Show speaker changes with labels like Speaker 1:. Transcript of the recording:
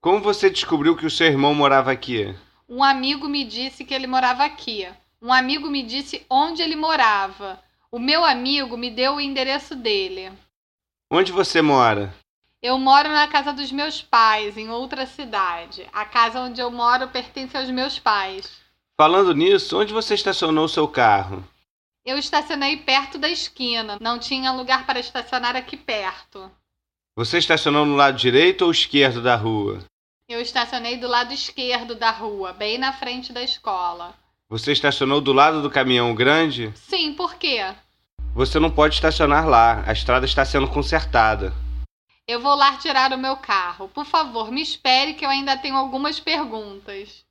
Speaker 1: Como você descobriu que o seu irmão morava aqui?
Speaker 2: Um amigo me disse que ele morava aqui. Um amigo me disse onde ele morava. O meu amigo me deu o endereço dele.
Speaker 1: Onde você mora?
Speaker 2: Eu moro na casa dos meus pais, em outra cidade. A casa onde eu moro pertence aos meus pais.
Speaker 1: Falando nisso, onde você estacionou o seu carro?
Speaker 2: Eu estacionei perto da esquina. Não tinha lugar para estacionar aqui perto.
Speaker 1: Você estacionou no lado direito ou esquerdo da rua?
Speaker 2: Eu estacionei do lado esquerdo da rua, bem na frente da escola.
Speaker 1: Você estacionou do lado do caminhão grande?
Speaker 2: Sim, por quê?
Speaker 1: Você não pode estacionar lá. A estrada está sendo consertada.
Speaker 2: Eu vou lá tirar o meu carro. Por favor, me espere que eu ainda tenho algumas perguntas.